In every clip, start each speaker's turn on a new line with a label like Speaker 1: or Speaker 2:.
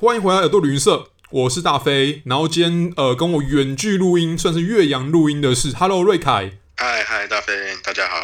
Speaker 1: 欢迎回来耳朵旅行社，我是大飞。然后今天呃，跟我远距录音，算是岳阳录音的是，Hello 瑞凯。
Speaker 2: 嗨嗨，大飞，大家好。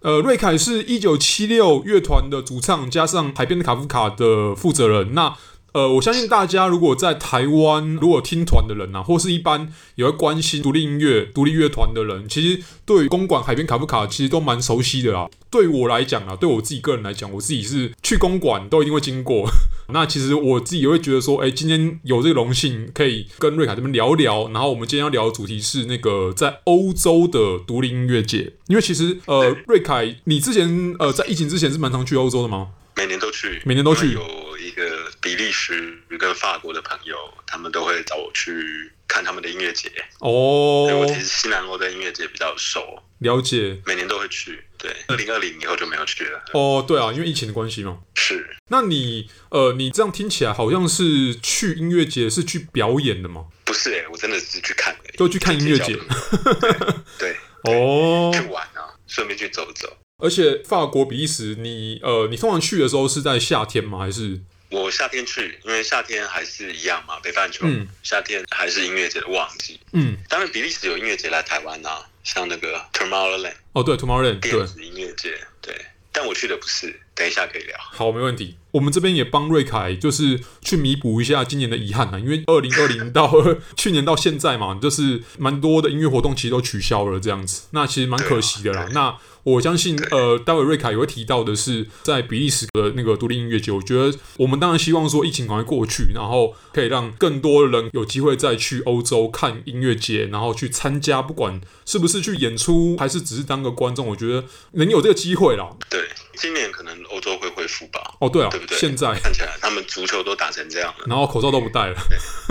Speaker 1: 呃，瑞凯是一九七六乐团的主唱，加上海边的卡夫卡的负责人。那呃，我相信大家如果在台湾，如果听团的人啊，或是一般有在关心独立音乐、独立乐团的人，其实对于公馆、海边卡夫卡其实都蛮熟悉的啦。对我来讲啊，对我自己个人来讲，我自己是去公馆都一定会经过。那其实我自己也会觉得说，哎、今天有这个荣幸可以跟瑞凯这边聊聊。然后我们今天要聊的主题是那个在欧洲的独立音乐界，因为其实呃，瑞凯，你之前呃在疫情之前是蛮常去欧洲的吗？
Speaker 2: 每年都去，
Speaker 1: 每年都去
Speaker 2: 因为有一个比利时跟法国的朋友，他们都会找我去看他们的音乐节。所以我
Speaker 1: 哦
Speaker 2: 其，实西南欧的音乐节比较熟，
Speaker 1: 了解。
Speaker 2: 每年都会去。对，
Speaker 1: 嗯
Speaker 2: 二零二零以后就没有去了。
Speaker 1: 哦，对啊，因为疫情的关系嘛。
Speaker 2: 是，
Speaker 1: 那你呃，你这样听起来好像是去音乐节是去表演的吗？
Speaker 2: 不是、欸？我真的是去看而已，
Speaker 1: 就去看音乐节
Speaker 2: 自己交朋友。 对，
Speaker 1: 哦
Speaker 2: 对去玩啊，顺便去走走。
Speaker 1: 而且法国、比利时，你呃，你通常去的时候是在夏天吗？还是
Speaker 2: 我夏天去，因为夏天还是一样嘛，北半球、
Speaker 1: 嗯
Speaker 2: 夏天还是音乐节的旺季。
Speaker 1: 嗯，
Speaker 2: 当然，比利时有音乐节来台湾啊，像那个 Tomorrowland。
Speaker 1: 哦，对，Tomorrowland，对
Speaker 2: 电，子音乐界，对，但我去的不是，等一下可以聊。
Speaker 1: 好，没问题。我们这边也帮瑞凯，就是去弥补一下今年的遗憾啊，因为二零二零到 去年到现在嘛，就是蛮多的音乐活动其实都取消了这样子，那其实蛮可惜的啦。
Speaker 2: 对啊
Speaker 1: 那我相信，
Speaker 2: 对
Speaker 1: 呃，待会瑞凯也会提到的是，在比利时的那个独立音乐节，我觉得我们当然希望说疫情赶快过去，然后可以让更多的人有机会再去欧洲看音乐节，然后去参加，不管是不是去演出，还是只是当个观众，我觉得能有这个机会啦。
Speaker 2: 对，今年可能欧洲会恢复吧，
Speaker 1: 哦，对啊，
Speaker 2: 对不对？
Speaker 1: 现在。
Speaker 2: 看起来他们足球都打成这样了，
Speaker 1: 然后口罩都不戴了。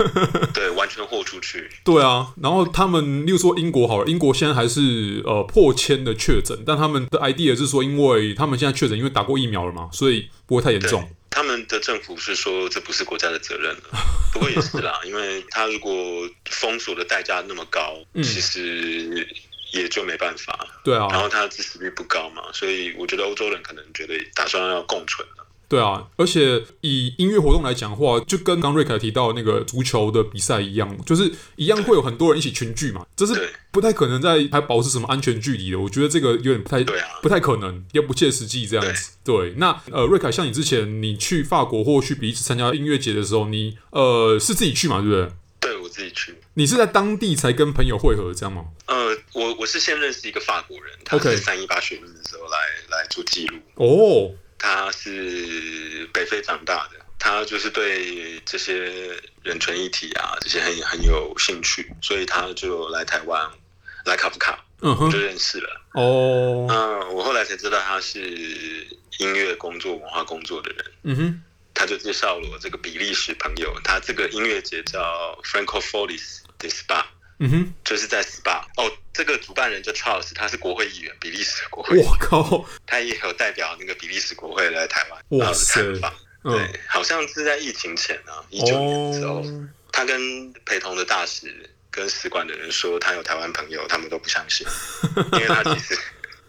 Speaker 2: 对，完全豁出去。
Speaker 1: 对啊，然后他们，例如说英国好了，英国现在还是呃破千的确诊，但他们的 idea 是说，因为他们现在确诊，因为打过疫苗了嘛，所以不会太严
Speaker 2: 对
Speaker 1: 重。
Speaker 2: 他们的政府是说这不是国家的责任 了，不过也是啦，因为他如果封锁的代价那么高，
Speaker 1: 嗯
Speaker 2: 其实也就没办法。
Speaker 1: 对
Speaker 2: 然
Speaker 1: 啊，
Speaker 2: 后他的支持率不高嘛，所以我觉得欧洲人可能觉得打算要共存了。
Speaker 1: 对啊，而且以音乐活动来讲的话，就跟刚瑞凯提到那个足球的比赛一样，就是一样会有很多人一起群聚嘛，这是
Speaker 2: 对
Speaker 1: 不太可能在还保持什么安全距离的。我觉得这个有点不太
Speaker 2: 对啊，
Speaker 1: 不太可能，也不切实际这样子。对，那呃，瑞凯，像你之前你去法国或去比利时参加音乐节的时候，你呃是自己去嘛，对不对？
Speaker 2: 对我自己去。
Speaker 1: 你是在当地才跟朋友会合这样吗？
Speaker 2: 呃，我我是先认识一个法国人，他
Speaker 1: OK
Speaker 2: 是三一八学运的时候来来做记录，
Speaker 1: 哦，
Speaker 2: 他是北非长大的，他就是对这些人权议题啊这些很很有兴趣，所以他就来台湾来卡夫卡，
Speaker 1: 嗯
Speaker 2: 我
Speaker 1: 哼
Speaker 2: 就，认识了。
Speaker 1: 哦，
Speaker 2: 嗯、我后来才知道他是音乐工作、文化工作的人。
Speaker 1: 嗯哼，
Speaker 2: 他就介绍了我这个比利时朋友，他这个音乐节叫 Francofolis de Spa，
Speaker 1: 嗯哼，
Speaker 2: 就是在 SPA 哦，这个主办人叫 Charles，他是国会议员，比利时的国会，
Speaker 1: 我靠，
Speaker 2: 他也有代表那个比利时国会来台湾，
Speaker 1: 哇塞
Speaker 2: 然后看访
Speaker 1: 嗯，
Speaker 2: 对，好像是在疫情前啊，一九年的时候，
Speaker 1: 哦，
Speaker 2: 他跟陪同的大使跟使馆的人说他有台湾朋友，他们都不相信，因为他其 实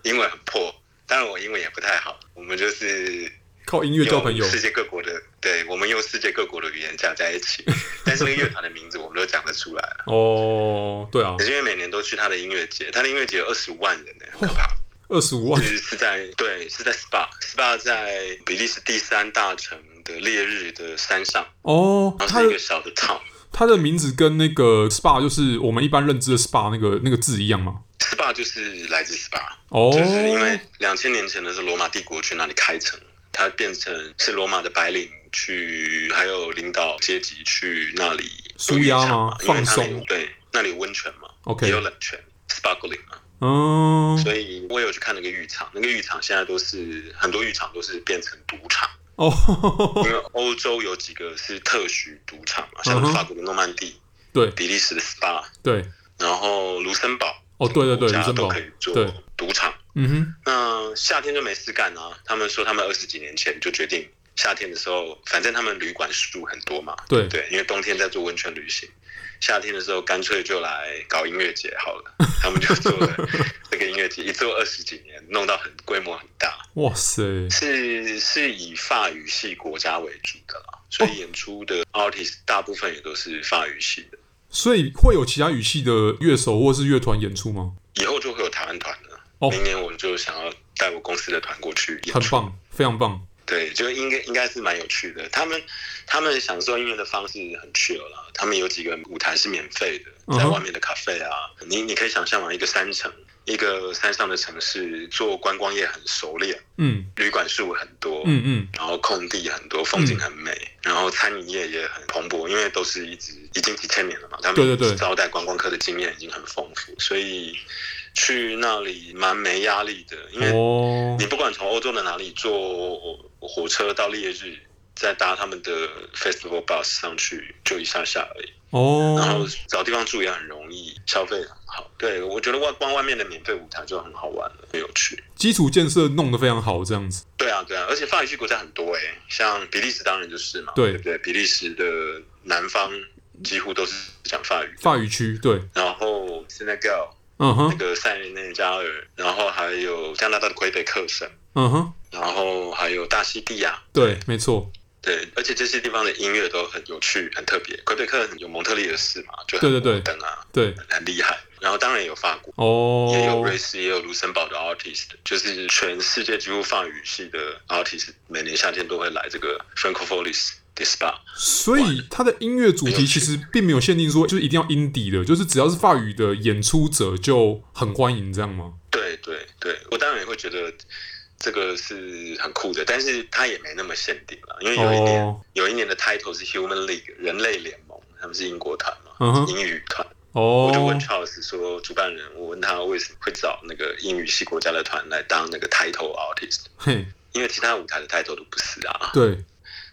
Speaker 2: 英文很破，当然我英文也不太好，我们就是
Speaker 1: 靠音乐交朋友
Speaker 2: 用，世界各国的，对我们用世界各国的语言加在一 起，但是那个乐团的名字我们都讲得出来了。
Speaker 1: 哦，对啊
Speaker 2: 可，是因为每年都去他的音乐节，他的音乐节有二十五万人呢，很可怕。
Speaker 1: 二十五万
Speaker 2: 就，是是在对是在 SPA，SPA 在比利时第三大城的烈日的山上，
Speaker 1: 哦，
Speaker 2: 然后
Speaker 1: 他
Speaker 2: 是一
Speaker 1: 的
Speaker 2: 个小的 town。
Speaker 1: 他的名字跟那个 SPA 就是我们一般认知的 SPA 那个那个字一样吗？
Speaker 2: SPA 就是来自 SPA，
Speaker 1: 哦，
Speaker 2: 就是因为两千年前的时候，罗马帝国去那里开城，它变成是罗马的白领去，还有领导阶级去那里
Speaker 1: 舒压吗
Speaker 2: 度假嘛因为
Speaker 1: 放松
Speaker 2: 那里有对，那里有温泉嘛
Speaker 1: OK
Speaker 2: 也有冷泉，sparkling 嘛，
Speaker 1: 嗯，
Speaker 2: 所以我有去看那个浴场，那个浴场现在都是很多浴场都是变成赌场，
Speaker 1: 哦，
Speaker 2: 因为欧洲有几个是特许赌场嘛，
Speaker 1: 嗯
Speaker 2: 像
Speaker 1: 哼
Speaker 2: 法国的诺曼底、
Speaker 1: 对
Speaker 2: 比利时的 SPA，
Speaker 1: 对，
Speaker 2: 然后卢森堡，
Speaker 1: 哦对对对，
Speaker 2: 国
Speaker 1: 卢
Speaker 2: 家
Speaker 1: 森
Speaker 2: 都
Speaker 1: 堡
Speaker 2: 可以，做
Speaker 1: 对，
Speaker 2: 赌场。
Speaker 1: 嗯哼，
Speaker 2: 那夏天就没事干啊。他们说他们二十几年前就决定夏天的时候，反正他们旅馆树很多嘛，
Speaker 1: 对，
Speaker 2: 对，因为冬天在做温泉旅行，夏天的时候干脆就来搞音乐节好了。他们就做了这个音乐节，一做二十几年，弄到很规模很大，
Speaker 1: 哇塞，
Speaker 2: 是是以法语系国家为主的啦，所以演出的 artist 大部分也都是法语系的。
Speaker 1: 所以会有其他语系的乐手或是乐团演出吗？
Speaker 2: 以后就会有台湾团了
Speaker 1: 哦。
Speaker 2: 明年我就想要带我公司的团过去演
Speaker 1: 很
Speaker 2: 出，
Speaker 1: 棒，非常棒。
Speaker 2: 对，就应该应该是蛮有趣的。他们他们享受音乐的方式很 chill 啦，他们有几个舞台是免费
Speaker 1: 嗯哼
Speaker 2: 的，在外面的咖啡啊，你你可以想象嘛，一个山城，一个山上的城市，做观光业很熟练，
Speaker 1: 嗯
Speaker 2: 旅馆数很多，
Speaker 1: 嗯嗯，
Speaker 2: 然后空地很多，风景很美，然后餐饮业也很蓬勃，因为都是一直已经几千年了嘛，他们
Speaker 1: 对对对
Speaker 2: 招待观光客的经验已经很丰富，所以去那里蛮没压力的，因为
Speaker 1: 哦
Speaker 2: 你，不管从欧洲的哪里坐火车到烈日，再搭他们的 festival bus 上去，就一下下而已。然后
Speaker 1: 哦，
Speaker 2: 找地方住也很容易，消费很好。对我觉得外光外面的免费舞台就很好玩了，很有趣。
Speaker 1: 基础建设弄得非常好，这样子。
Speaker 2: 对啊，对啊，而且法语系国家很多诶、像比利时当然就是嘛，
Speaker 1: 对
Speaker 2: 不对？比利时的南方几乎都是讲法语，
Speaker 1: 法语区，对，
Speaker 2: 然后 Senegal
Speaker 1: 嗯
Speaker 2: 那
Speaker 1: 哼，
Speaker 2: 个塞内加尔，然后还有加拿大的魁北克省，
Speaker 1: 嗯哼，
Speaker 2: 然后还有大溪地啊，
Speaker 1: 对，没错，
Speaker 2: 对，而且这些地方的音乐都很有趣、很特别。魁北克有蒙特利尔市嘛，就
Speaker 1: 对
Speaker 2: 很
Speaker 1: 对对
Speaker 2: 摩登啊，
Speaker 1: 对，
Speaker 2: 很厉害。然后当然也有法国，也有
Speaker 1: 哦
Speaker 2: 瑞，士，也有卢森堡的 artist，就是全世界几乎法语系的 artist，每年夏天都会来这个 Francopholis d i s p a
Speaker 1: 所以它的音乐主题其实并没有限定说就是一定要音底的，就是只要是法语的演出者就很欢迎，这样吗？
Speaker 2: 对对对，我当然也会觉得这个是很酷的，但是它也没那么限定了，因为有一年、
Speaker 1: 哦，
Speaker 2: 有一年的 title 是 Human League 人类联盟，他们是英国团嘛，
Speaker 1: 嗯哼，
Speaker 2: 英语团。我就问
Speaker 1: 哦，
Speaker 2: Charles 说，主办人，我问他为什么会找那个英语系国家的团来当那个 title artist，
Speaker 1: 嘿，
Speaker 2: 因为其他舞台的 title 都不是啊。
Speaker 1: 对，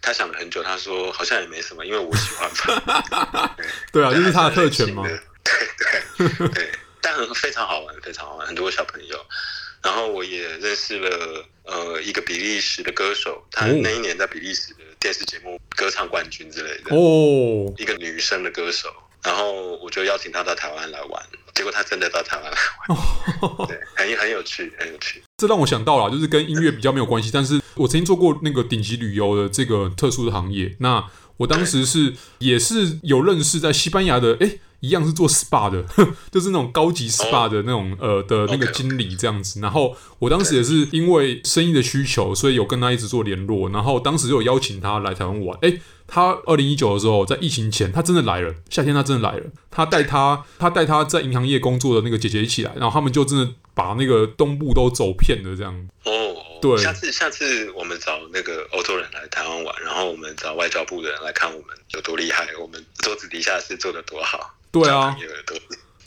Speaker 2: 他想了很久，他说好像也没什么，因为我喜欢吧。
Speaker 1: 对 啊，这是他的特 权嘛。
Speaker 2: 对对对，但很非常好玩，非常好玩，很多小朋友。然后我也认识了呃一个比利时的歌手，他
Speaker 1: 哦
Speaker 2: 那一年在比利时的电视节目歌唱冠军之类的。
Speaker 1: 哦，
Speaker 2: 一个女生的歌手，然后我就邀请她到台湾来玩，结果她真的到台湾来
Speaker 1: 哦
Speaker 2: 玩，对，很很有趣，很有趣。
Speaker 1: 这让我想到了，就是跟音乐比较没有关系，但是我曾经做过那个顶级旅游的这个特殊的行业。那我当时是也是有认识在西班牙的，诶，一样是做 SPA 的， 就是那种高级 SPA 的那种、呃的那个
Speaker 2: OK，OK
Speaker 1: 经理这样子。然后我当时也是因为生意的需求，所以有跟他一直做联络。然后当时有邀请他来台湾玩，诶。他二零一九的时候，在疫情前，他真的来了。夏天他真的来了，他带他他带他在银行业工作的那个姐姐一起来，然后他们就真的把那个东部都走遍了，这样。
Speaker 2: 哦，
Speaker 1: 对
Speaker 2: 下次下次我们找那个欧洲人来台湾玩，然后我们找外交部的人来看我们有多厉害，我们桌子底下是做的多好，
Speaker 1: 对啊，
Speaker 2: 有多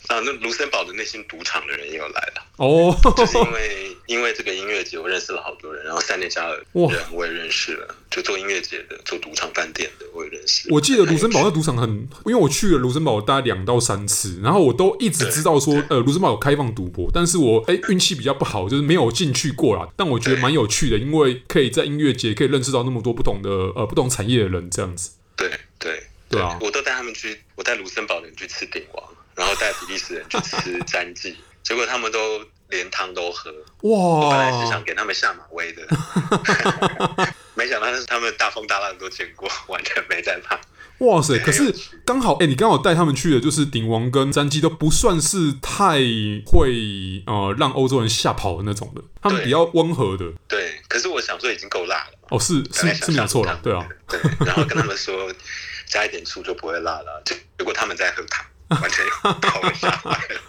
Speaker 2: 啊，那卢森堡的内心赌场的人也有来 了，
Speaker 1: 哦，
Speaker 2: 就是因为因为这个音乐节，我认识了好多人，然后塞内加尔
Speaker 1: 哇
Speaker 2: 人我也认识了，就做音乐节的，做赌场饭店的我也认识。
Speaker 1: 我记得卢森堡
Speaker 2: 很有
Speaker 1: 那赌场很，因为我去了卢森堡大概两到三次，然后我都一直知道说，呃，卢森堡有开放赌博，但是我哎运气比较不好，就是没有进去过啦。但我觉得蛮有趣的，因为可以在音乐节可以认识到那么多不同的呃不同产业的人，这样子。
Speaker 2: 趣对对
Speaker 1: 对啊
Speaker 2: 我都带他们去，我带卢森堡人去吃鼎王，然后带比利时人去 吃詹记，结果他们都连汤都喝。
Speaker 1: 哦
Speaker 2: 我本来是
Speaker 1: 哇
Speaker 2: 想，给他们下马 威的，没想到他们大风大浪都见过，完全没在怕。
Speaker 1: 哇塞！
Speaker 2: 对
Speaker 1: 可是刚好，哎、你刚好带他们去的，就是鼎王跟詹基都不算是太会呃让欧洲人吓跑的那种的，他们
Speaker 2: 对
Speaker 1: 比较温和的。
Speaker 2: 对，可是我想说已经够辣了嘛。
Speaker 1: 哦，是是是没有错啦，对啊，，
Speaker 2: 对，然后跟他们说加一点醋就不会辣了，结结果他们在喝汤，完全跑不 下来了。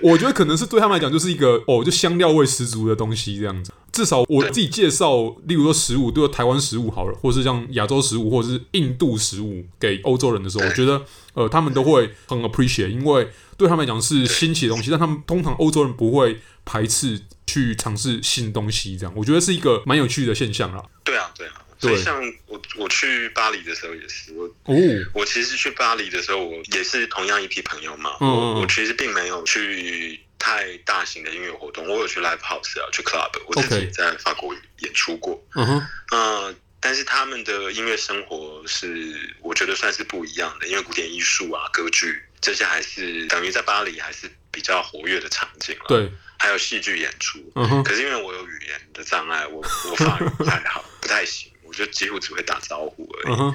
Speaker 1: 我觉得可能是对他们来讲就是一个哦，就香料味十足的东西这样子。至少我
Speaker 2: 对
Speaker 1: 自己介绍，例如说食物，对台湾食物好了，或是像亚洲食物，或者是印度食物给欧洲人的时候，我觉
Speaker 2: 对
Speaker 1: 得呃他们都会很 appreciate，因为对他们来讲是新奇的东西，但他们通常欧洲人不会排斥去尝试新东西，这样我觉得是一个蛮有趣的现象啦。
Speaker 2: 对啊，对啊，
Speaker 1: 对
Speaker 2: 所以像我我去巴黎的时候也是，我
Speaker 1: 哦，
Speaker 2: 我其实去巴黎的时候，我也是同样一批朋友嘛，
Speaker 1: 嗯嗯嗯
Speaker 2: 我我其实并没有去。太大型的音乐活动，我有去 live house 啊，去 club，我自
Speaker 1: OK
Speaker 2: 己也在法国演出过。
Speaker 1: 嗯哼，
Speaker 2: 那、但是他们的音乐生活是，我觉得算是不一样的，因为古典艺术啊、歌剧这些还是等于在巴黎还是比较活跃的场景了。，
Speaker 1: 对，
Speaker 2: 还有戏剧演出。
Speaker 1: 嗯哼，
Speaker 2: 可是因为我有语言的障碍，我我法语不太好，不太行，我就几乎只会打招呼而已。
Speaker 1: 嗯哼，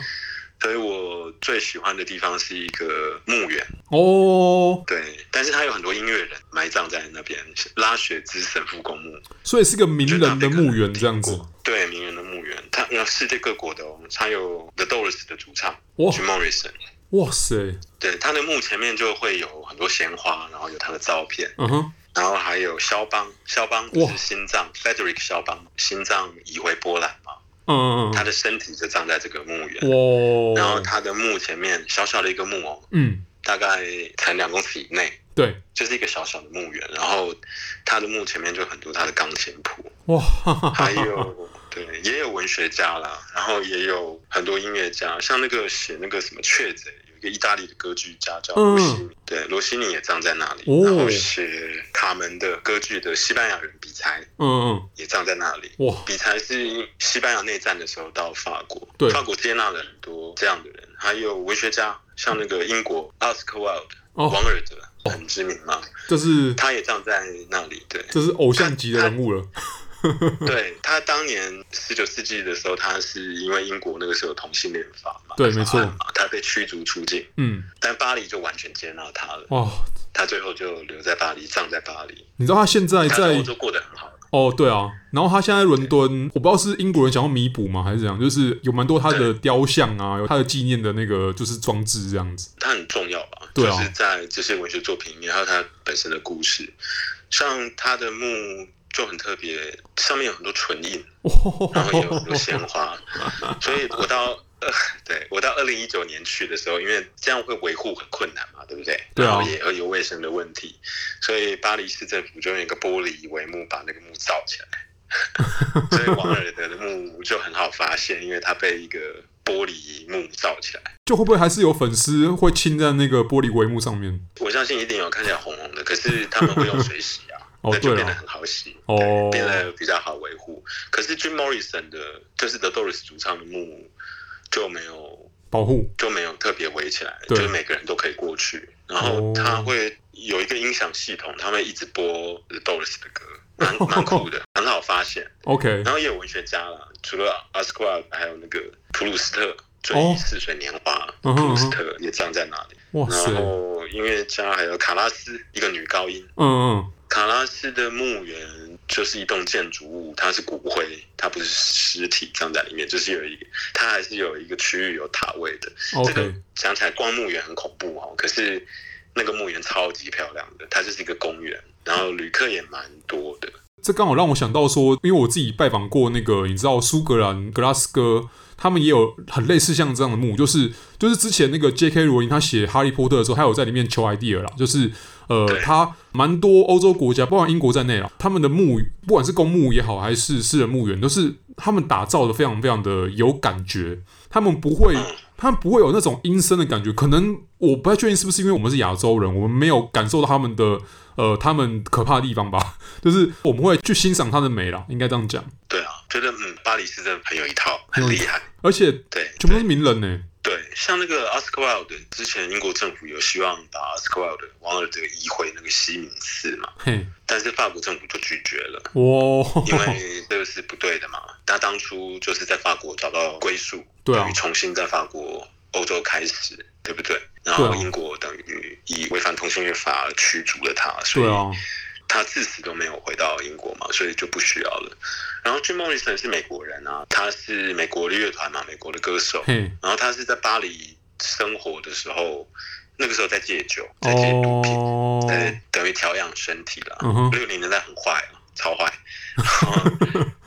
Speaker 2: 所以我最喜欢的地方是一个墓园，
Speaker 1: 哦，
Speaker 2: 对，但是它有很多音乐人埋葬在那边，拉雪兹神父公墓，
Speaker 1: 所以是个名人的墓园这样子，
Speaker 2: 对，名人的墓园，它有世界各国的哦，它有 The Doors 的主唱
Speaker 1: 哇
Speaker 2: Jim Morrison，
Speaker 1: 哇塞，
Speaker 2: 对，他的墓前面就会有很多鲜花，然后有他的照片，
Speaker 1: 嗯哼，
Speaker 2: 然后还有肖邦，肖邦就
Speaker 1: 哇
Speaker 2: 是心脏，Frederick 肖邦心脏移回波兰嘛，
Speaker 1: 嗯嗯
Speaker 2: 他的身体就葬在这个墓园，
Speaker 1: 嗯，
Speaker 2: 然后
Speaker 1: 哇，
Speaker 2: 他的墓前面小小的一个木偶，
Speaker 1: 嗯，
Speaker 2: 大概才两公尺以内，
Speaker 1: 对，
Speaker 2: 就是一个小小的墓园，然后他的墓前面就很多他的钢琴谱，
Speaker 1: 哇， 嗯哈哈哈
Speaker 2: 还 有对，也有文学家啦，然后也有很多音乐家，像那个写那个什么《雀贼》，有一个意大利的歌剧家叫罗西尼，对，罗西尼也葬在那里，
Speaker 1: 嗯哦
Speaker 2: 然后写卡门的歌剧的西班牙人比才
Speaker 1: 嗯
Speaker 2: 也葬在那里。
Speaker 1: 嗯，哇，
Speaker 2: 比才是西班牙内战的时候到法国
Speaker 1: 对，
Speaker 2: 法国接纳了很多这样的人，还有文学家，像那个英国 Oscar Wilde、
Speaker 1: 哦，
Speaker 2: 王尔德，很知名嘛，
Speaker 1: 这是
Speaker 2: 他也葬在那里。对，
Speaker 1: 这是偶像级的人物了，嗯
Speaker 2: 对他当年十九世纪的时候，他是因为英国那个时候有同性恋法嘛，
Speaker 1: 对没错
Speaker 2: 法案嘛，他被驱逐出境，
Speaker 1: 嗯，
Speaker 2: 但巴黎就完全接纳他了，
Speaker 1: 哇，
Speaker 2: 他最后就留在巴黎，葬在巴黎，
Speaker 1: 你知道他现哎在
Speaker 2: 他在
Speaker 1: 在
Speaker 2: 欧洲过得很好。
Speaker 1: 哦，对啊，然后他现在在伦敦，我不知道是英国人想要弥补吗，还是怎样，就是有蛮多他的雕像啊，有他的纪念的那个就是装置这样子。
Speaker 2: 它很重要吧？
Speaker 1: 对啊
Speaker 2: 就是在这些文学作品里面，还有它本身的故事，像它的墓就很特别，上面有很多唇印，然后也有很多鲜花， 所以我到呃，对我到二零一九年去的时候，因为这样会维护很困难嘛，对不对？
Speaker 1: 对啊
Speaker 2: 然后也会有卫生的问题，所以巴黎市政府就用一个玻璃帷幕把那个墓罩起来。 所以王尔德的墓就很好发现，因为它被一个玻璃幕罩起来。
Speaker 1: 就会不会还是有粉丝会亲在那个玻璃帷幕上面？
Speaker 2: 我相信一定有看起来红红的，可是他们会用水洗啊，
Speaker 1: 哦
Speaker 2: 那就
Speaker 1: 对
Speaker 2: 变得
Speaker 1: 啊
Speaker 2: 很好洗，
Speaker 1: 哦，
Speaker 2: 变得比较好维护。可是 Jim Morrison 的，就是 The Doors 主唱的墓就没有
Speaker 1: 保护
Speaker 2: 就没有特别围起来，就
Speaker 1: 对
Speaker 2: 是每个人都可以过去。然后
Speaker 1: 哦
Speaker 2: 他会有一个音响系统，他会一直播 The Doors 的歌，蛮蛮酷的，很好发现。
Speaker 1: ，OK，
Speaker 2: 然后也有文学家啦，除了 o s c a r 还有那个普鲁斯特。追
Speaker 1: 哦
Speaker 2: 忆似水年华，
Speaker 1: 嗯哼
Speaker 2: 普鲁斯
Speaker 1: 嗯哼
Speaker 2: 特也葬在那里。
Speaker 1: 哇塞，嗯
Speaker 2: 然后音乐家还有卡拉斯，一个女高音。
Speaker 1: 嗯，
Speaker 2: 卡拉斯的墓园就是一栋建筑物，它是骨灰，它不是尸体葬在里面，就是有一个，它还是有一个区域有塔位的。这个
Speaker 1: OK，
Speaker 2: 想起来逛墓园很恐怖哦，可是那个墓园超级漂亮的，它就是一个公园，然后旅客也蛮多的。
Speaker 1: 这刚好让我想到说，因为我自己拜访过那个，你知道苏格兰格拉斯哥，他们也有很类似像这样的墓，就是就是之前那个 J.K. 罗琳他写《哈利波特》的时候，他有在里面求 idea 啦，就是呃，
Speaker 2: 对
Speaker 1: 他蛮多欧洲国家，包括英国在内啦，他们的墓不管是公墓也好，还是私人墓园，都是他们打造的非常非常的有感觉，他们不会。他们不会有那种阴森的感觉，可能我不太确定是不是因为我们是亚洲人，我们没有感受到他们的呃他们可怕的地方吧，就是我们会去欣赏它的美啦，应该这样讲。
Speaker 2: 对啊，觉得嗯，巴黎市政府很有一套，很厉害。
Speaker 1: 而且
Speaker 2: 对，
Speaker 1: 全部都是名人呢、
Speaker 2: 对，像那个 Oscar Wilde，之前英国政府有希望把 Oscar Wilde 王尔德移回那个西敏寺嘛，
Speaker 1: 嘿，
Speaker 2: 但是法国政府就拒绝了，
Speaker 1: 哇，
Speaker 2: 因为这个是不对 的嘛。他当初就是在法国找到归宿，
Speaker 1: 对啊
Speaker 2: 等于重新在法国、欧洲开始，对不对？然后
Speaker 1: 对啊
Speaker 2: 英国等于以违反同性恋法而驱逐了他，所
Speaker 1: 对
Speaker 2: 以
Speaker 1: 啊，
Speaker 2: 他自始都没有回到英国嘛，所以就不需要了。然后 Jim Morrison 是美国人啊，他是美国的乐团嘛，美国的歌手，
Speaker 1: 嘿，
Speaker 2: 然后他是在巴黎生活的时候，那个时候在戒酒，在戒毒品，
Speaker 1: 哦，
Speaker 2: 呃，等于调养身体了
Speaker 1: 嗯哼。
Speaker 2: 六零、年代很坏啊，超坏。然后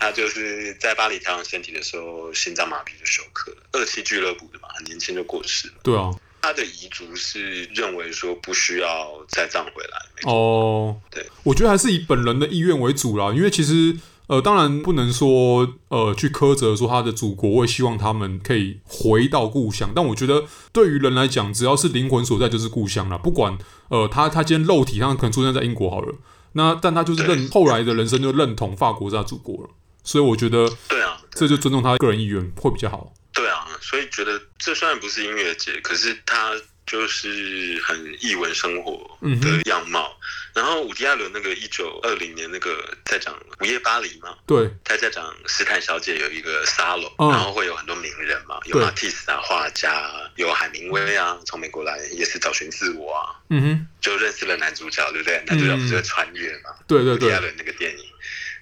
Speaker 2: 他就是在巴黎调养身体的时候，心脏麻痹就休克了。二期俱乐部的嘛，很年轻就过世了。
Speaker 1: 对啊，
Speaker 2: 他的遗嘱是认为说不需要再葬回来，没错
Speaker 1: 哦，
Speaker 2: 对，
Speaker 1: 我觉得还是以本人的意愿为主啦，因为其实。呃，当然不能说呃去苛责说他的祖国，我也希望他们可以回到故乡。但我觉得对于人来讲，只要是灵魂所在就是故乡了，不管呃他他今天肉体上可能出生在英国好了，那但他就是认后来的人生就认同法国是他祖国了，所以我觉得
Speaker 2: 对啊，
Speaker 1: 这就尊重他个人意愿会比较好。
Speaker 2: 对啊，所以觉得这虽然不是音乐节，可是它就是很艺文生活的样貌。然后伍迪艾伦那个一九二零年那个在讲《午夜巴黎》嘛，
Speaker 1: 对，
Speaker 2: 他在讲斯坦小姐有一个沙龙，
Speaker 1: 嗯
Speaker 2: 然后会有很多名人嘛，有
Speaker 1: 对
Speaker 2: 马蒂斯啊、画家啊，有海明威啊，从美国来也是找寻自我啊，
Speaker 1: 嗯
Speaker 2: 就认识了男主角，对不对？男主角不是会穿越嘛？
Speaker 1: 哼，嗯对对
Speaker 2: 伍迪艾
Speaker 1: 对，
Speaker 2: 伦那个电影，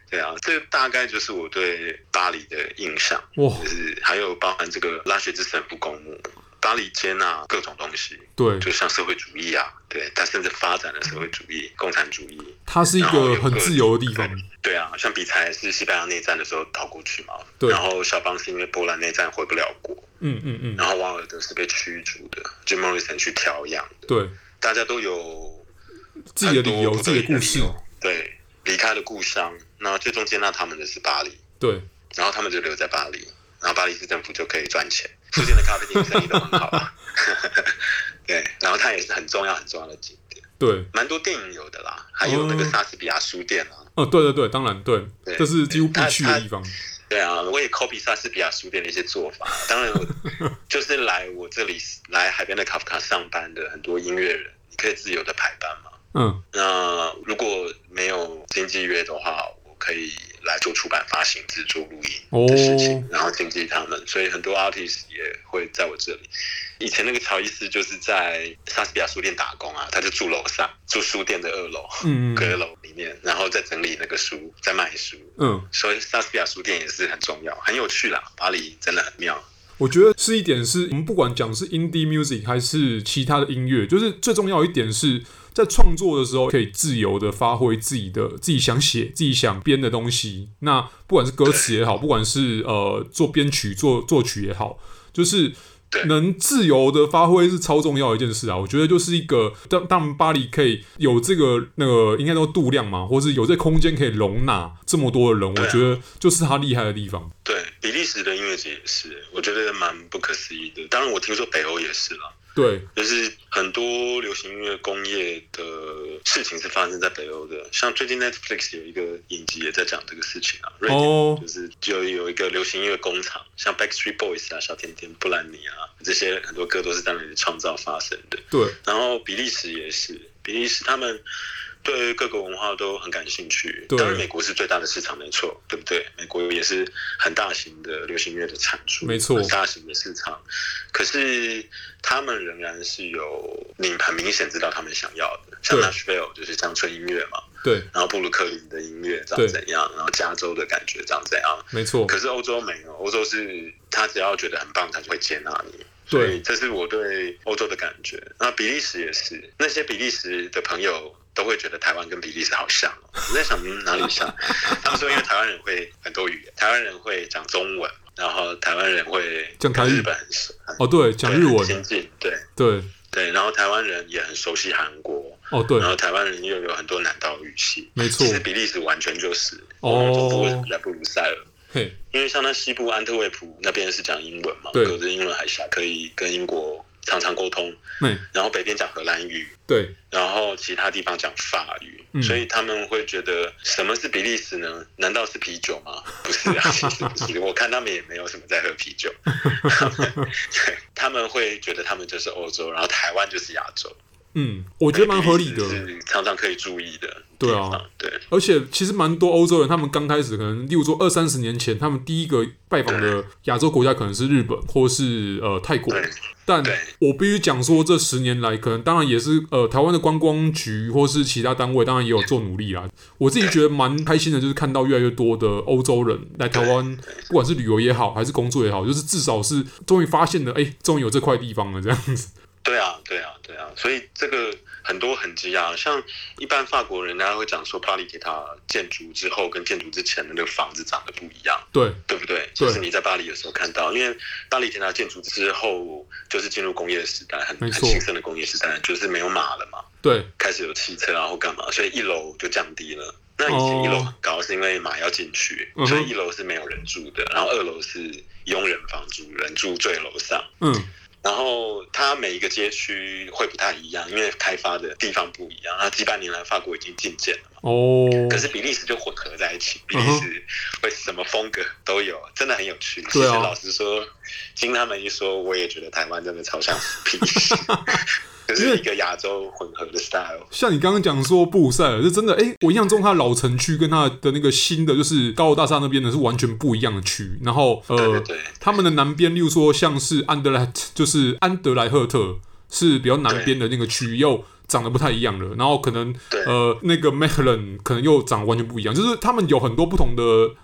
Speaker 2: 对啊，这大概就是我对巴黎的印象。
Speaker 1: 哇，
Speaker 2: 就是还有包含这个拉雪之神不公墓，巴黎接纳各种东西，
Speaker 1: 对，
Speaker 2: 就像社会主义啊，对，它甚至发展了社会主义、共产主义。
Speaker 1: 它是一个很自由的地方，
Speaker 2: 对啊，像比才是西班牙内战的时候逃过去嘛，
Speaker 1: 对
Speaker 2: 然后肖邦是因为波兰内战回不了国，
Speaker 1: 嗯嗯嗯，
Speaker 2: 然后瓦尔德是被驱逐的，Jim Morrison 去调养的，
Speaker 1: 对，
Speaker 2: 大家都有
Speaker 1: 自己的理由，
Speaker 2: 很多不
Speaker 1: 自己的
Speaker 2: 同
Speaker 1: 故事
Speaker 2: 理，由对，离开了故乡，那最终接纳他们的是巴黎，
Speaker 1: 对，
Speaker 2: 然后他们就留在巴黎，然后巴黎市政府就可以赚钱，附近的咖啡厅生意都很好 啊。 对，然后它也是很重要很重要的景点，
Speaker 1: 对，
Speaker 2: 蛮多电影有的啦，还有那个莎士比亚书店啊。
Speaker 1: 哦，对对对，当然对，
Speaker 2: 对
Speaker 1: 这是几乎必去的地方，
Speaker 2: 对啊，我也 copy 莎士比亚书店的一些做 法。当然我，就是来我这里来海边的卡夫卡上班的很多音乐人，你可以自由的排班嘛。
Speaker 1: 嗯，
Speaker 2: 那如果没有经纪约的话，我可以来做出版、发行、制作、录音的事情，
Speaker 1: 哦
Speaker 2: 然后经纪他们。所以很多 artist 也会在我这里。以前那个乔伊斯就是在莎士比亚书店打工啊，他就住楼上，住书店的二楼、
Speaker 1: 嗯嗯
Speaker 2: 阁楼里面，然后再整理那个书，再卖书。
Speaker 1: 嗯，
Speaker 2: 所以莎士比亚书店也是很重要，很有趣啦。巴黎真的很妙。
Speaker 1: 我觉得是一点是，我们不管讲是 indie music 还是其他的音乐，就是最重要一点是在创作的时候可以自由的发挥自己的自己想写、自己想编的东西。那不管是歌词也好，不管是呃做编曲、做作曲也好，就是
Speaker 2: 对
Speaker 1: 能自由的发挥是超重要的一件事啊！我觉得就是一个，当当然巴黎可以有这个那个应该说度量嘛，或是有这空间可以容纳这么多的人，
Speaker 2: 对啊
Speaker 1: 我觉得就是他厉害的地方。
Speaker 2: 对，比利时的音乐节也是，我觉得蛮不可思议的。当然，我听说北欧也是啦。
Speaker 1: 对，
Speaker 2: 就是很多流行音乐工业的事情是发生在北欧的，像最近 Netflix 有一个影集也在讲这个事情啊，瑞典、
Speaker 1: 哦
Speaker 2: 就是就有一个流行音乐工厂，像 Backstreet Boys 啊、小甜甜、布兰妮啊这些很多歌都是在那里创造发生的。
Speaker 1: 对，
Speaker 2: 然后比利时也是，比利时他们对各个文化都很感兴趣。
Speaker 1: 对
Speaker 2: 当然美国是最大的市场，没错，对不对？美国也是很大型的流行乐的产出，
Speaker 1: 没错
Speaker 2: 很大型的市场。可是他们仍然是有你很明显知道他们想要的，像
Speaker 1: 对
Speaker 2: Nashville 就是乡村音乐嘛，
Speaker 1: 对，
Speaker 2: 然后布鲁克林的音乐长
Speaker 1: 对
Speaker 2: 怎样，然后加州的感觉长怎样，
Speaker 1: 没错。
Speaker 2: 可是欧洲没有，欧洲是他只要觉得很棒，他就会接纳你。
Speaker 1: 对
Speaker 2: 所以这是我对欧洲的感觉。那比利时也是，那些比利时的朋友都会觉得台湾跟比利时好像、哦。我在想、嗯、哪里 像？他们说因为台湾人会很多语言，台湾人会讲中文，然后台湾人会
Speaker 1: 讲台语
Speaker 2: 跟日本很熟，
Speaker 1: 哦，对，讲日
Speaker 2: 对很
Speaker 1: 文
Speaker 2: 亲，近，对
Speaker 1: 对，
Speaker 2: 对，然后台湾人也很熟悉韩国。
Speaker 1: 哦，对
Speaker 2: 然，后台湾人又有很多南岛语系，
Speaker 1: 没错
Speaker 2: 其实比利时完全就是，
Speaker 1: 哦
Speaker 2: 我们总部为什么叫布鲁塞尔？
Speaker 1: 嘿，
Speaker 2: 因为像那西部安特卫普那边是讲英文嘛，
Speaker 1: 对
Speaker 2: 隔着英伦海峡可以跟英国常常沟通，
Speaker 1: 嘿，
Speaker 2: 然后北边讲荷兰语，
Speaker 1: 对，
Speaker 2: 然后其他地方讲法语，
Speaker 1: 嗯
Speaker 2: 所以他们会觉得什么是比利时呢？难道是啤酒吗？不是啊，其实不是，我看他们也没有什么在喝啤 酒，对，他们会觉得他们就是欧洲，然后台湾就是亚洲，
Speaker 1: 嗯，我觉得蛮合理
Speaker 2: 所以比
Speaker 1: 的。
Speaker 2: 利时是常常可以注意的，
Speaker 1: 对啊，
Speaker 2: 对。
Speaker 1: 而且其实蛮多欧洲人，他们刚开始可能，例如说二三十年前，他们第一个拜访的亚洲国家可能是日本或是呃泰国
Speaker 2: 对，
Speaker 1: 但
Speaker 2: 对
Speaker 1: 我必须讲说，这十年来，可能当然也是呃台湾的观光局或是其他单位，当然也有做努力啦。我自己觉得蛮开心的，就是看到越来越多的欧洲人来台湾，不管是旅游也好，还是工作也好，就是至少是终于发现了，哎、终于有这块地方了，这样子。
Speaker 2: 对啊，对啊，对啊，所以这个很多痕迹啊，像一般法国人，家会讲说巴黎铁塔建筑之后跟建筑之前的那个房子长得不一样，
Speaker 1: 对，
Speaker 2: 对不对？
Speaker 1: 对
Speaker 2: 就是你在巴黎的时候看到，因为巴黎铁塔建筑之后就是进入工业时代，很
Speaker 1: 没
Speaker 2: 很
Speaker 1: 错
Speaker 2: 兴盛的工业时代，就是没有马了嘛，
Speaker 1: 对，
Speaker 2: 开始有汽车啊或干嘛，所以一楼就降低了，那以前一楼很高，是因为马要进去，
Speaker 1: 嗯哼
Speaker 2: 所以一楼是没有人住的，然后二楼是佣人房住，人住最楼上。
Speaker 1: 嗯
Speaker 2: 然后它每一个街区会不太一样，因为开发的地方不一样。那几百年来，法国已经进建了嘛，
Speaker 1: 哦，
Speaker 2: 可是比利时就混合在一起，
Speaker 1: 嗯
Speaker 2: 比利时会什么风格都有，真的很有趣。其
Speaker 1: 对
Speaker 2: 实
Speaker 1: 啊
Speaker 2: 老实说，经他们一说，我也觉得台湾真的超像比利 时，可
Speaker 1: 因为
Speaker 2: 是一个亚洲混合的 style。
Speaker 1: 像你刚刚讲说布鲁塞尔是真的，哎、我印象中它老城区跟它的那个新的就是高楼大厦那边的是完全不一样的区。然后呃，
Speaker 2: 对对对
Speaker 1: 他们的南边，例如说像是安德莱，就是安德莱赫特是比较南边的那个区，又长得不太一样了。然后可能
Speaker 2: 对
Speaker 1: 呃那个 m a c l a n 可能又长得完全不一样，就是他们有很多不同的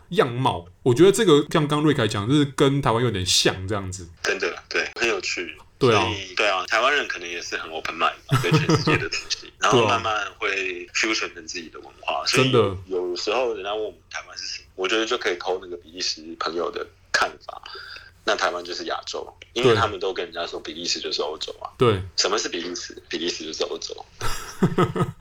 Speaker 1: 样貌。我觉得这个像刚刚瑞凯讲，就是跟台湾有点像这样子。
Speaker 2: 真的对，很有趣。
Speaker 1: 对啊
Speaker 2: 所以对啊，台湾人可能也是很 open mind 嘛对全世界的东 西，然后慢慢会 fusion 成自己的文化。所以
Speaker 1: 啊真的
Speaker 2: 有时候人家问我们台湾是什么，我觉得就可以偷那个比利时朋友的看法。那台湾就是亚洲，因为
Speaker 1: 对
Speaker 2: 他们都跟人家说比利时就是欧洲啊。
Speaker 1: 对
Speaker 2: 什么是比利时？比利时就是 欧洲。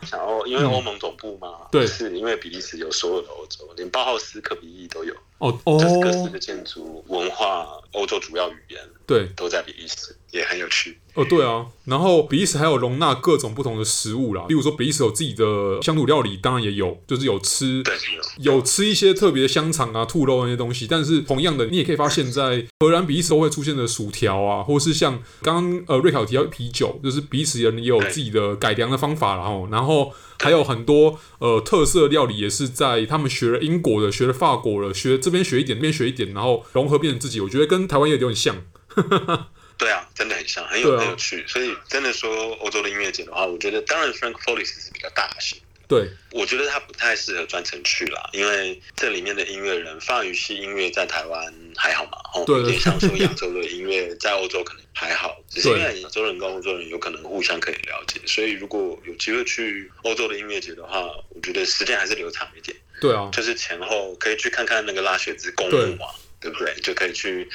Speaker 2: 然后因为欧盟总部嘛，
Speaker 1: 对
Speaker 2: 是因为比利时有所有的欧洲，连包豪斯、科比利都有，
Speaker 1: 哦
Speaker 2: 就是各式
Speaker 1: 哦
Speaker 2: 的建筑文化、欧洲主要语言。
Speaker 1: 对
Speaker 2: 都在比利时，也很有趣。
Speaker 1: 哦，对啊，然后比利时还有容纳各种不同的食物啦，比如说比利时有自己的乡土料理，当然也有，就是有吃
Speaker 2: 对，
Speaker 1: 有吃一些特别的香肠啊、兔肉那些东西，但是同样的，你也可以发现，在荷兰、比利时都会出现的薯条啊，或是像刚刚呃瑞考提到啤酒，就是比利时人也有自己的改良的方法啦吼，然后然后还有很多呃特色料理也是在他们学了英国的、学了法国的、学这边学一点、那边学一点，然后融合变成自己，我觉得跟台湾也有点像。
Speaker 2: 对啊，真的很像，很
Speaker 1: 对
Speaker 2: 有
Speaker 1: 啊
Speaker 2: 很有趣。所以真的说欧洲的音乐节的话，我觉得当然 Frank f o l i x 是比较大型，
Speaker 1: 对，
Speaker 2: 我觉得它不太适合专程去啦，因为这里面的音乐人，法语系音乐在台湾还好嘛，哦，
Speaker 1: 对
Speaker 2: 有点像说亚洲的音乐在欧洲可能还好，只是因
Speaker 1: 对
Speaker 2: 为亚洲人跟欧洲人有可能互相可以了解，所以如果有机会去欧洲的音乐节的话，我觉得时间还是留长一点。
Speaker 1: 对啊，
Speaker 2: 就是前后可以去看看那个拉雪兹公
Speaker 1: 对
Speaker 2: 墓嘛，对不对？就可以去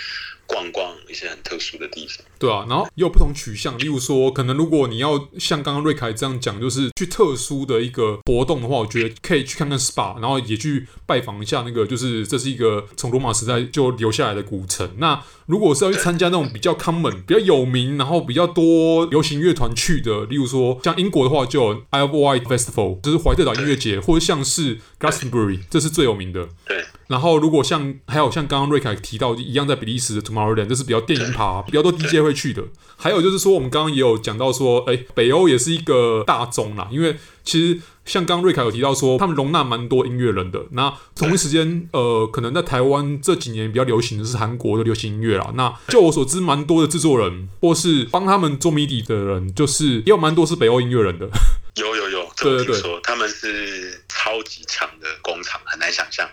Speaker 2: 逛逛一些很特殊的地方。
Speaker 1: 对啊，然后也有不同取向，例如说，可能如果你要像刚刚瑞凯这样讲，就是去特殊的一个活动的话，我觉得可以去看看 SPA，然后也去拜访一下那个，就是这是一个从罗马时代就留下来的古城。那如果是要去参加那种比较 common、比较有名，然后比较多流行乐团去的，例如说像英国的话，就有 i v y Festival，就是怀特岛音乐节，或者像是 Glastonbury，这是最有名的。
Speaker 2: 对
Speaker 1: 然后，如果像还有像刚刚瑞凯提到一样，在比利时的 Tomorrowland，这是比较电音趴、比较多 DJ 会去的。还有就是说，我们刚刚也有讲到说，哎，北欧也是一个大宗啦，因为其实像刚刚瑞凯有提到说，他们容纳蛮多音乐人的。那同一时间，呃，可能在台湾这几年比较流行的是韩国的流行音乐啦。那就我所知，蛮多的制作人或是帮他们做 MIDI 的人，就是也有蛮多是北欧音乐人的。
Speaker 2: 有有有，这我
Speaker 1: 对对
Speaker 2: 听
Speaker 1: 对
Speaker 2: 说他们是超级强的工厂，很难想 象，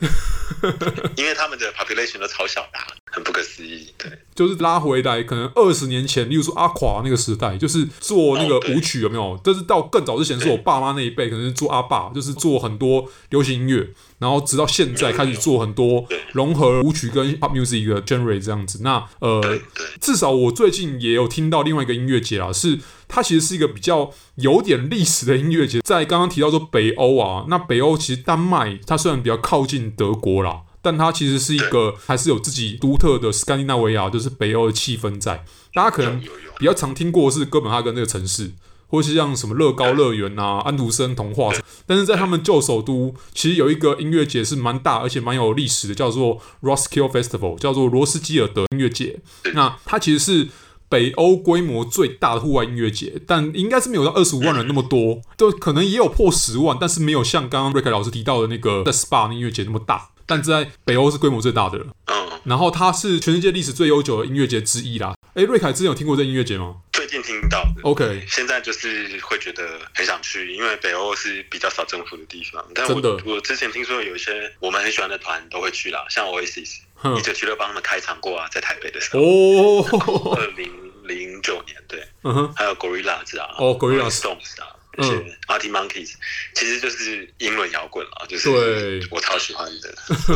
Speaker 2: 因为他们的 population 都超小的啊，很不可思议。对，
Speaker 1: 就是拉回来，可能二十年前，例如说阿垮那个时代，就是做那个
Speaker 2: 哦对
Speaker 1: 舞曲，有没有？但是到更早之前，是我
Speaker 2: 对
Speaker 1: 爸妈那一辈，可能是做阿爸，就是做很多流行音乐，然后直到现在
Speaker 2: 有有
Speaker 1: 开始做很多
Speaker 2: 对
Speaker 1: 融合舞曲跟 pop music 的 genre 这样子。那呃
Speaker 2: 对对，
Speaker 1: 至少我最近也有听到另外一个音乐节啦，是它其实是一个比较有点历史的音乐节。在刚刚提到说北欧啊，那北欧其实丹麦它虽然比较靠近德国啦，但它其实是一个还是有自己独特的斯堪的纳维亚，就是北欧的气氛在。大家可能
Speaker 2: 有有有
Speaker 1: 比较常听过的是哥本哈根这个城市，或是像什么乐高乐园啊、安徒生童话，但是在他们旧首都，其实有一个音乐节是蛮大而且蛮有历史的，叫做 Roskilde Festival，叫做罗斯基尔德音乐节。那它其实是北欧规模最大的户外音乐节，但应该是没有到二十五万人那么多，就可能也有破十万，但是没有像刚刚瑞凯老师提到的那个在 SPA 的音乐节那么大。但在北欧是规模最大的了，
Speaker 2: 嗯，
Speaker 1: 然后它是全世界历史最悠久的音乐节之一啦。诶，瑞凯之前有听过这音乐节吗？
Speaker 2: 最近听到的。
Speaker 1: OK
Speaker 2: 现在就是会觉得很想去，因为北欧是比较少政府的地方。但我
Speaker 1: 真的
Speaker 2: 我之前听说有一些我们很喜欢的团都会去啦，像 Oasis，
Speaker 1: 哼
Speaker 2: 一九七六帮他们开场过啊，在台北的时候，
Speaker 1: 哦，
Speaker 2: 二零零九年对，
Speaker 1: 嗯哼，
Speaker 2: 还有 Gorillaz 啊，
Speaker 1: 哦，Gorillaz
Speaker 2: Stones 啊。
Speaker 1: 嗯
Speaker 2: 这些 Artie Monkeys 其实就是英伦摇滚啦，就
Speaker 1: 对
Speaker 2: 是我超喜欢的。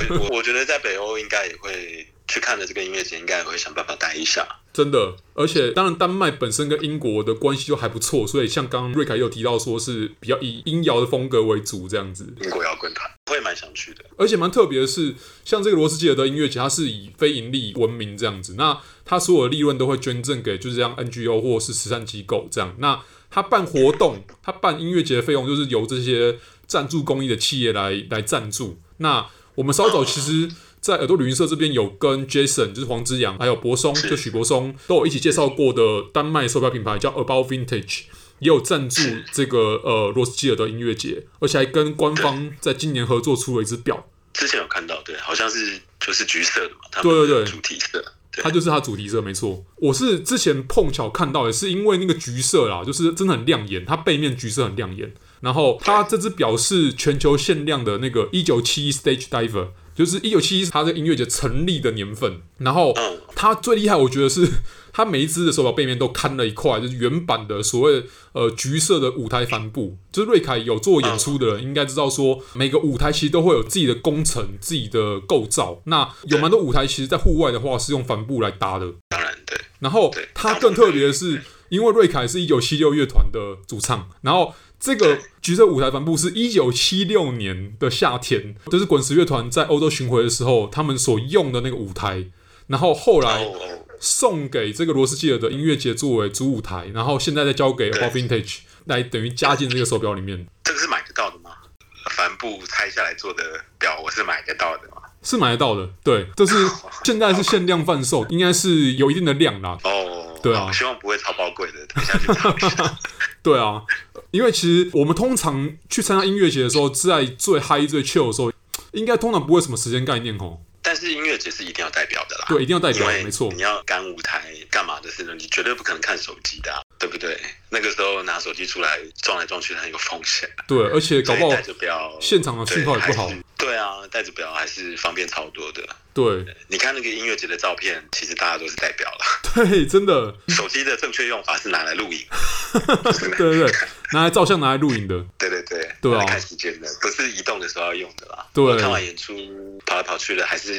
Speaker 2: 我我我觉得在北欧应该也会去看了这个音乐节，应该也会想办法待一下。
Speaker 1: 真的，而且当然，丹麦本身跟英国的关系就还不错，所以像刚刚瑞凯也有提到，说是比较以音摇的风格为主这样子，
Speaker 2: 英国摇滚团会蛮想去的。
Speaker 1: 而且蛮特别的是，像这个罗斯基尔德音乐节，它是以非盈利闻名这样子，那它所有的利润都会捐赠给就是这样 NGO 或是慈善机构这样。那他办活动，他办音乐节的费用就是由这些赞助公益的企业来来赞助。那我们稍早其实。在耳朵旅行社这边有跟 Jason，就是黄之阳，还有柏松，就许柏松，都有一起介绍过的丹麦手表品牌叫 About Vintage，也有赞助这个呃罗斯基尔的音乐节，而且还跟官方在今年合作出了一只表。
Speaker 2: 之前有看到，对，好像是就是橘色的嘛，他
Speaker 1: 对对对
Speaker 2: 主题色，对
Speaker 1: 它就是它主题色，没错。我是之前碰巧看到，也是因为那个橘色啦，就是真的很亮眼，它背面橘色很亮眼。然后它这只表是全球限量的那个一九七 Stage Diver，就是一九七它这个音乐节成立的年份。然后
Speaker 2: 嗯，
Speaker 1: 它最厉害，我觉得是 它每一只的手表背面都看了一块，就是原版的所谓呃橘色的舞台帆布。就是瑞凯有做演出的人应该知道说，每个舞台其实都会有自己的工程、自己的构造。那有蛮多舞台其实在户外的话是用帆布来搭的。
Speaker 2: 当然对，
Speaker 1: 然后
Speaker 2: 对
Speaker 1: 他更特别的是，因为瑞凯是一九七六乐团的主唱，然后这个
Speaker 2: 对
Speaker 1: 橘色舞台帆布是一九七六年的夏天，就是滚石乐团在欧洲巡回的时候，他们所用的那个舞台，然后后来
Speaker 2: 哦哦，
Speaker 1: 送给这个罗斯基尔的音乐节作为主舞台，然后现在再交给 a
Speaker 2: 对
Speaker 1: b Vintage 来等于加进这个手表里面，
Speaker 2: 这个是买得到的吗？帆布拆下来做的表，我是买得到的嘛？
Speaker 1: 是买得到的。对，这是现在是限量贩售，应该是有一定的量啦，
Speaker 2: 哦，
Speaker 1: 对啊
Speaker 2: 我希望不会超宝贵的，等一下去 查一下。
Speaker 1: 对啊，因为其实我们通常去参加音乐节的时候，在最嗨、最 chill 的时候，应该通常不会有什么时间概念哦。
Speaker 2: 但是音乐节是一定要代表的啦，
Speaker 1: 对，一定要代
Speaker 2: 因
Speaker 1: 表，
Speaker 2: 为
Speaker 1: 没错
Speaker 2: 你，要赶舞台干嘛的事呢？你绝对不可能看手机的啊、对不对？那个时候拿手机出来撞来撞去，很有风险。啊
Speaker 1: 对，而且搞不
Speaker 2: 所
Speaker 1: 好
Speaker 2: 以带着表，
Speaker 1: 现场的信号也不好
Speaker 2: 对还是对啊，带着表还是方便超多的。
Speaker 1: 对
Speaker 2: 你看那个音乐节的照片，其实大家都是代表 了。
Speaker 1: 对，真的，
Speaker 2: 手机的正确用法是拿来录影，
Speaker 1: 对对对，拿来照相、拿来录影的，
Speaker 2: 对对对，
Speaker 1: 对啊
Speaker 2: 拿来看时间的，不是移动的时候要用的啦。
Speaker 1: 对
Speaker 2: 我看完演出跑来跑去的，还是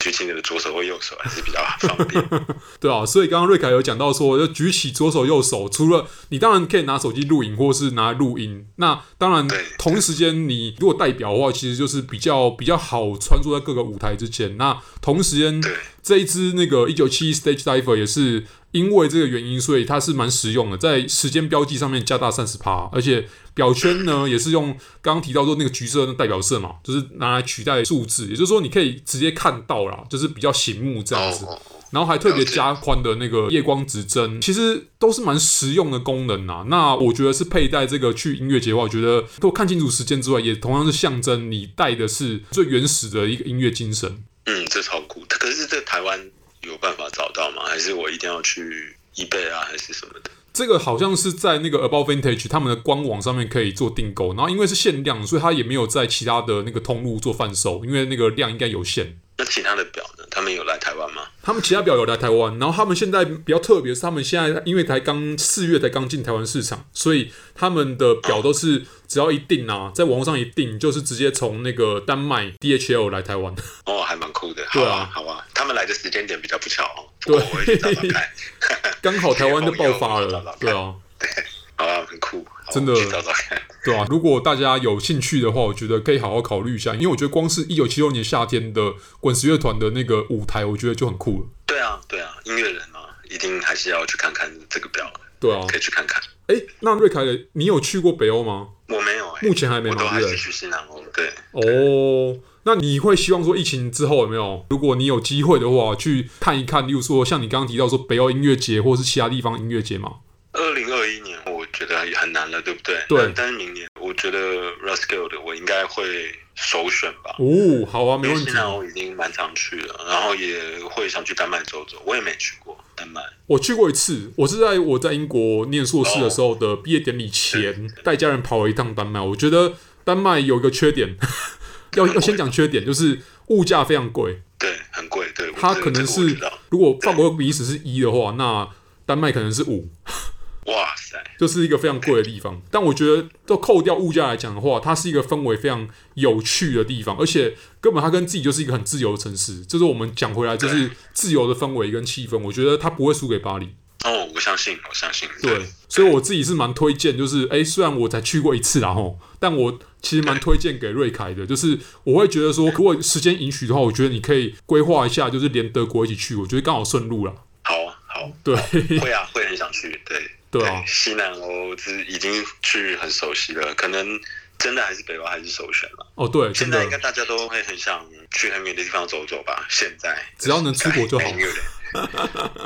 Speaker 2: 举起你的左手或右手，还是比较方 便。
Speaker 1: 对啊。所以刚刚瑞凯有讲到说，就举起左手、右手，除了你当然可以拿手机录影或是拿来录音，那当然
Speaker 2: 对
Speaker 1: 同时间你如果代表的话，其实就是比较比较好穿梭在各个舞台之间。那同时间
Speaker 2: 对。
Speaker 1: 这一支那个一九七 Stage Diver 也是因为这个原因，所以它是蛮实用的，在时间标记上面加大三十趴，而且表圈呢也是用刚刚提到说那个橘色的代表色嘛，就是拿来取代数字，也就是说你可以直接看到啦，就是比较醒目这样子。
Speaker 2: 哦哦
Speaker 1: 然后还特别加宽的那个夜光指针，其实都是蛮实用的功能啊。那我觉得是佩戴这个去音乐节的话，我觉得都看清楚时间之外，也同样是象征你带的是最原始的一个音乐精神。
Speaker 2: 嗯，这超酷。可是这台湾有办法找到吗？还是我一定要去 eBay 啊，还是什么的？
Speaker 1: 这个好像是在那个 About Vintage 他们的官网上面可以做订购，然后因为是限量，所以它也没有在其他的那个通路做贩售，因为那个量应该有限。
Speaker 2: 那其他的表呢？他们有来台湾吗？
Speaker 1: 他们其他表有来台湾，然后他们现在比较特别是，他们现在因为才刚四月才刚进台湾市场，所以他们的表都是只要一订啊，在网络上一订，就是直接从那个丹麦 DHL 来台湾。
Speaker 2: 哦，还蛮酷的。好
Speaker 1: 对啊
Speaker 2: 啊，好啊。他们来的时间点比较不巧哦。不过我会去找找看。
Speaker 1: 刚好台湾就爆发了，对啊，
Speaker 2: 好啊，很酷。好
Speaker 1: 真的
Speaker 2: 我去找找看。
Speaker 1: 对啊。如果大家有兴趣的话，我觉得可以好好考虑一下，因为我觉得光是一九七六年夏天的滚石乐团的那个舞台，我觉得就很酷了，
Speaker 2: 对啊，对啊，音乐人嘛，一定还是要去看看这个表，
Speaker 1: 对啊。
Speaker 2: 可以去看看。
Speaker 1: 哎、那瑞凯，你有去过北欧吗？
Speaker 2: 我没有哎、
Speaker 1: 目前还没
Speaker 2: 我
Speaker 1: 嘛，
Speaker 2: 都
Speaker 1: 对
Speaker 2: 还
Speaker 1: 不
Speaker 2: 是
Speaker 1: 对？
Speaker 2: 去西南欧。对，
Speaker 1: 哦，那你会希望说疫情之后有没有？如果你有机会的话，去看一看，例如说像你刚刚提到说北欧音乐节，或是其他地方音乐节嘛？
Speaker 2: 二零二一年我觉得也很难了，对不对？
Speaker 1: 对
Speaker 2: 但但是明年我觉得 Rascal 的我应该会首选吧。
Speaker 1: 哦，好啊，没
Speaker 2: 因
Speaker 1: 问
Speaker 2: 为西
Speaker 1: 题。
Speaker 2: 南欧已经蛮常去了，然后也会想去丹麦走走。我也没去过丹麦，
Speaker 1: 我去过一次，我是在我在英国念硕士的时候的毕业典礼前，带家人跑了一趟丹麦。我觉得丹麦有一个缺点， 要要先讲缺点，就是物价非常贵。
Speaker 2: 对，很贵，对，我
Speaker 1: 它
Speaker 2: 这个
Speaker 1: 可能
Speaker 2: 这个我
Speaker 1: 是
Speaker 2: 知道
Speaker 1: 如果法国比利时是一的话，那丹麦可能是五。
Speaker 2: 哇塞，
Speaker 1: 就是一个非常贵的地方。但我觉得，都扣掉物价来讲的话，它是一个氛围非常有趣的地方，而且根本它跟自己就是一个很自由的城市。这是我们讲回来，就是自由的氛围跟气氛，我觉得它不会输给巴黎。
Speaker 2: 哦，我相信，我相信。
Speaker 1: 对，所以我自己是蛮推荐，就是哎、欸，虽然我才去过一次啦吼，但我其实蛮推荐给瑞凯的。就是我会觉得说，如果时间允许的话，我觉得你可以规划一下，就是连德国一起去，我觉得刚好顺路了。
Speaker 2: 好啊， 好，
Speaker 1: 对，
Speaker 2: 会啊，会很想去。对，
Speaker 1: 对啊，
Speaker 2: 哎西南欧是已经去很熟悉了，可能真的还是北欧还是首选了。
Speaker 1: 哦，对，
Speaker 2: 现在应该大家都会很想去很远的地方走走吧？现在哎
Speaker 1: 只要能出国就好。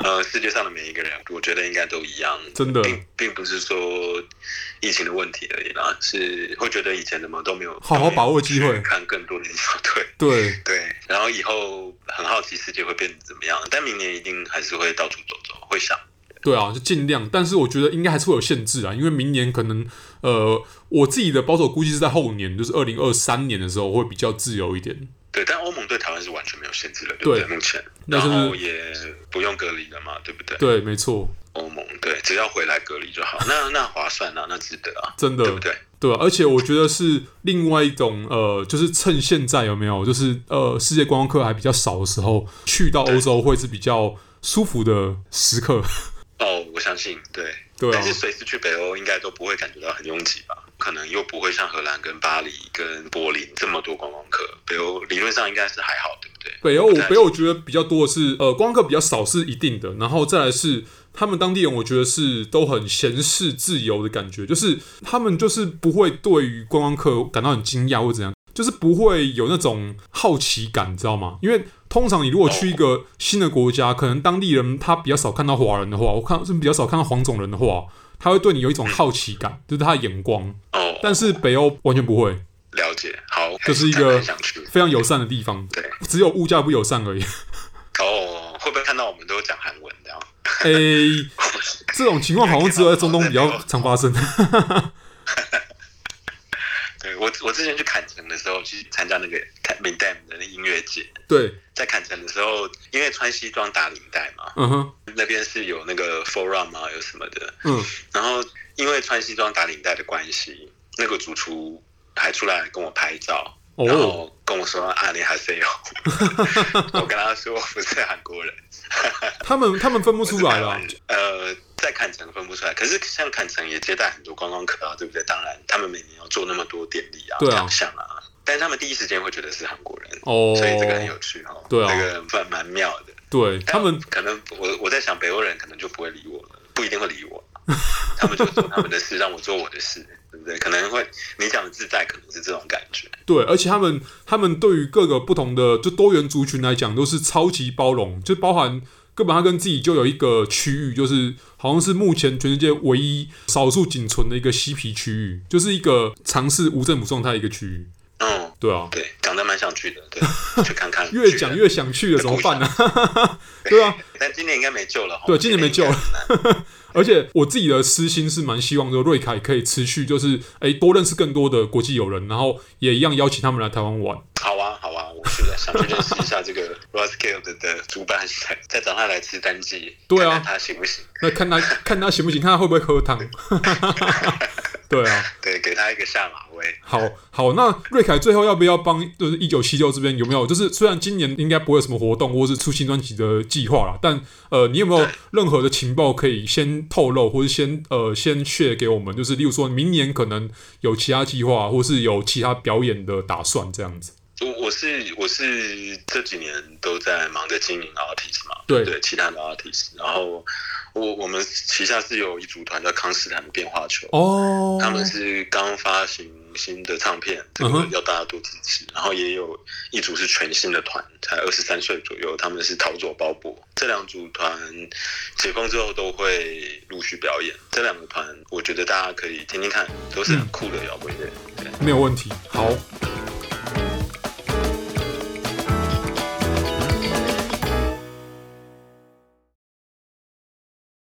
Speaker 2: 呃，世界上的每一个人，我觉得应该都一样，
Speaker 1: 真的，
Speaker 2: 并并不是说疫情的问题而已啦，是会觉得以前怎么都没有
Speaker 1: 好好把握机会，
Speaker 2: 看更多的地方，对
Speaker 1: 对
Speaker 2: 对，然后以后很好奇世界会变得怎么样，但明年一定还是会到处走走，会想。
Speaker 1: 对啊，就尽量，但是我觉得应该还是会有限制啊，因为明年可能，呃，我自己的保守估计是在后年，就是二零二三年的时候会比较自由一点。
Speaker 2: 对，但欧盟对台湾是完全没有限制的，对不对？目前，
Speaker 1: 那
Speaker 2: 然后也不用隔离了嘛，对不对？
Speaker 1: 对，没错。
Speaker 2: 欧盟对，只要回来隔离就好，那那划算啊，那值得啊，
Speaker 1: 真的，
Speaker 2: 对不对？
Speaker 1: 对、啊，而且我觉得是另外一种呃，就是趁现在有没有，就是呃，世界观光客还比较少的时候，去到欧洲会是比较舒服的时刻。
Speaker 2: 哦，我相信，对，
Speaker 1: 对、啊。
Speaker 2: 但是随时去北欧应该都不会感觉到很拥挤吧？可能又不会像荷兰、跟巴黎、跟柏林这么多观光客，北欧理论上应该是还好，对不对？
Speaker 1: 北欧，北欧我觉得比较多的是，呃，观光客比较少是一定的，然后再来是他们当地人，我觉得是都很闲适自由的感觉，就是他们就是不会对于观光客感到很惊讶或怎样，就是不会有那种好奇感，你知道吗？因为通常你如果去一
Speaker 2: 哦
Speaker 1: 个新的国家，可能当地人他比较少看到华人的话，我看是比较少看到黄种人的话。他会对你有一种好奇感，就是他的眼光。
Speaker 2: 哦，
Speaker 1: 但是北欧完全不会
Speaker 2: 了解，好，
Speaker 1: 这是一个非常友
Speaker 2: 善
Speaker 1: 的地方。
Speaker 2: 对，
Speaker 1: 只有物价不友善而已。
Speaker 2: 哦，会不会看到我们都讲韩文这样？
Speaker 1: 诶、欸，这种情况好像只有在中东比较常发生。
Speaker 2: 对我，我之前去坎城的时候，去参加那个 m i d a m 的音乐节。
Speaker 1: 对，
Speaker 2: 在坎城的时候，因为穿西装打领带嘛，
Speaker 1: 嗯哼，
Speaker 2: 那边是有那个 forum 啊，有什么的，
Speaker 1: 嗯，
Speaker 2: 然后因为穿西装打领带的关系，那个主厨还出来跟我拍照，
Speaker 1: 哦、
Speaker 2: 然后跟我说啊，你还是有， 我跟他说我不是韩国人，
Speaker 1: 他们他们分不出来了，
Speaker 2: 呃。在坎城分不出来，可是像坎城也接待很多观光客啊，对不对？当然，他们每年要做那么多典礼啊、
Speaker 1: 奖
Speaker 2: 项啊，但是他们第一时间会觉得是韩国人，
Speaker 1: 哦，
Speaker 2: 所以这个很有趣哦，
Speaker 1: 对啊，
Speaker 2: 这个蛮蛮妙的。
Speaker 1: 对他们
Speaker 2: 可能我我在想，北欧人可能就不会理我了，不一定会理 我，他们就做他们的事，让我做我的事，对不对？可能会你讲的自在，可能是这种感觉。
Speaker 1: 对，而且他们他们对于各个不同的就多元族群来讲，都是超级包容，就包含。根本他跟自己就有一个区域，就是好像是目前全世界唯一、少数仅存的一个嬉皮区域，就是一个尝试无政府状态的一个区域。
Speaker 2: 嗯，
Speaker 1: 对啊，
Speaker 2: 对，讲的蛮想去的， 对，去看看。
Speaker 1: 越讲越想去了，怎么办呢、 啊？对啊，
Speaker 2: 但今年应该没救了。
Speaker 1: 对，今年没救了。
Speaker 2: 了
Speaker 1: 而且我自己的私心是蛮希望，说瑞凯可以持续，就是哎、欸、多认识更多的国际友人，然后也一样邀请他们来台湾玩。
Speaker 2: 好啊，好啊，我去想去认识一下这个 Roskilde 的,的主办， 再找他来吃单机，
Speaker 1: 对啊，
Speaker 2: 看看他行不行？
Speaker 1: 那看他 看他行不行，看他会不会喝汤。 对啊，
Speaker 2: 对，给他一个下马威。
Speaker 1: 好好，那瑞凯最后要不要帮？就是一九七六这边有没有？就是虽然今年应该不会有什么活动，或是出新专辑的计划啦，但呃，你有没有任何的情报可以先透露，或是先呃先 share 给我们？就是例如说明年可能有其他计划，或是有其他表演的打算这样子。
Speaker 2: 我我是我是这几年都在忙着经营 artist 嘛，
Speaker 1: 对
Speaker 2: 对，其他的 artist。然后我我们旗下是有一组团叫康斯坦的变化球，
Speaker 1: 哦，
Speaker 2: 他们是刚发行新的唱片，这个要大家多支持。然后也有一组是全新的团，才二十三岁左右，他们是逃走包勃。这两组团解封之后都会陆续表演。这两个团，我觉得大家可以听听看，都是很酷的摇滚乐。
Speaker 1: 没有问题，好。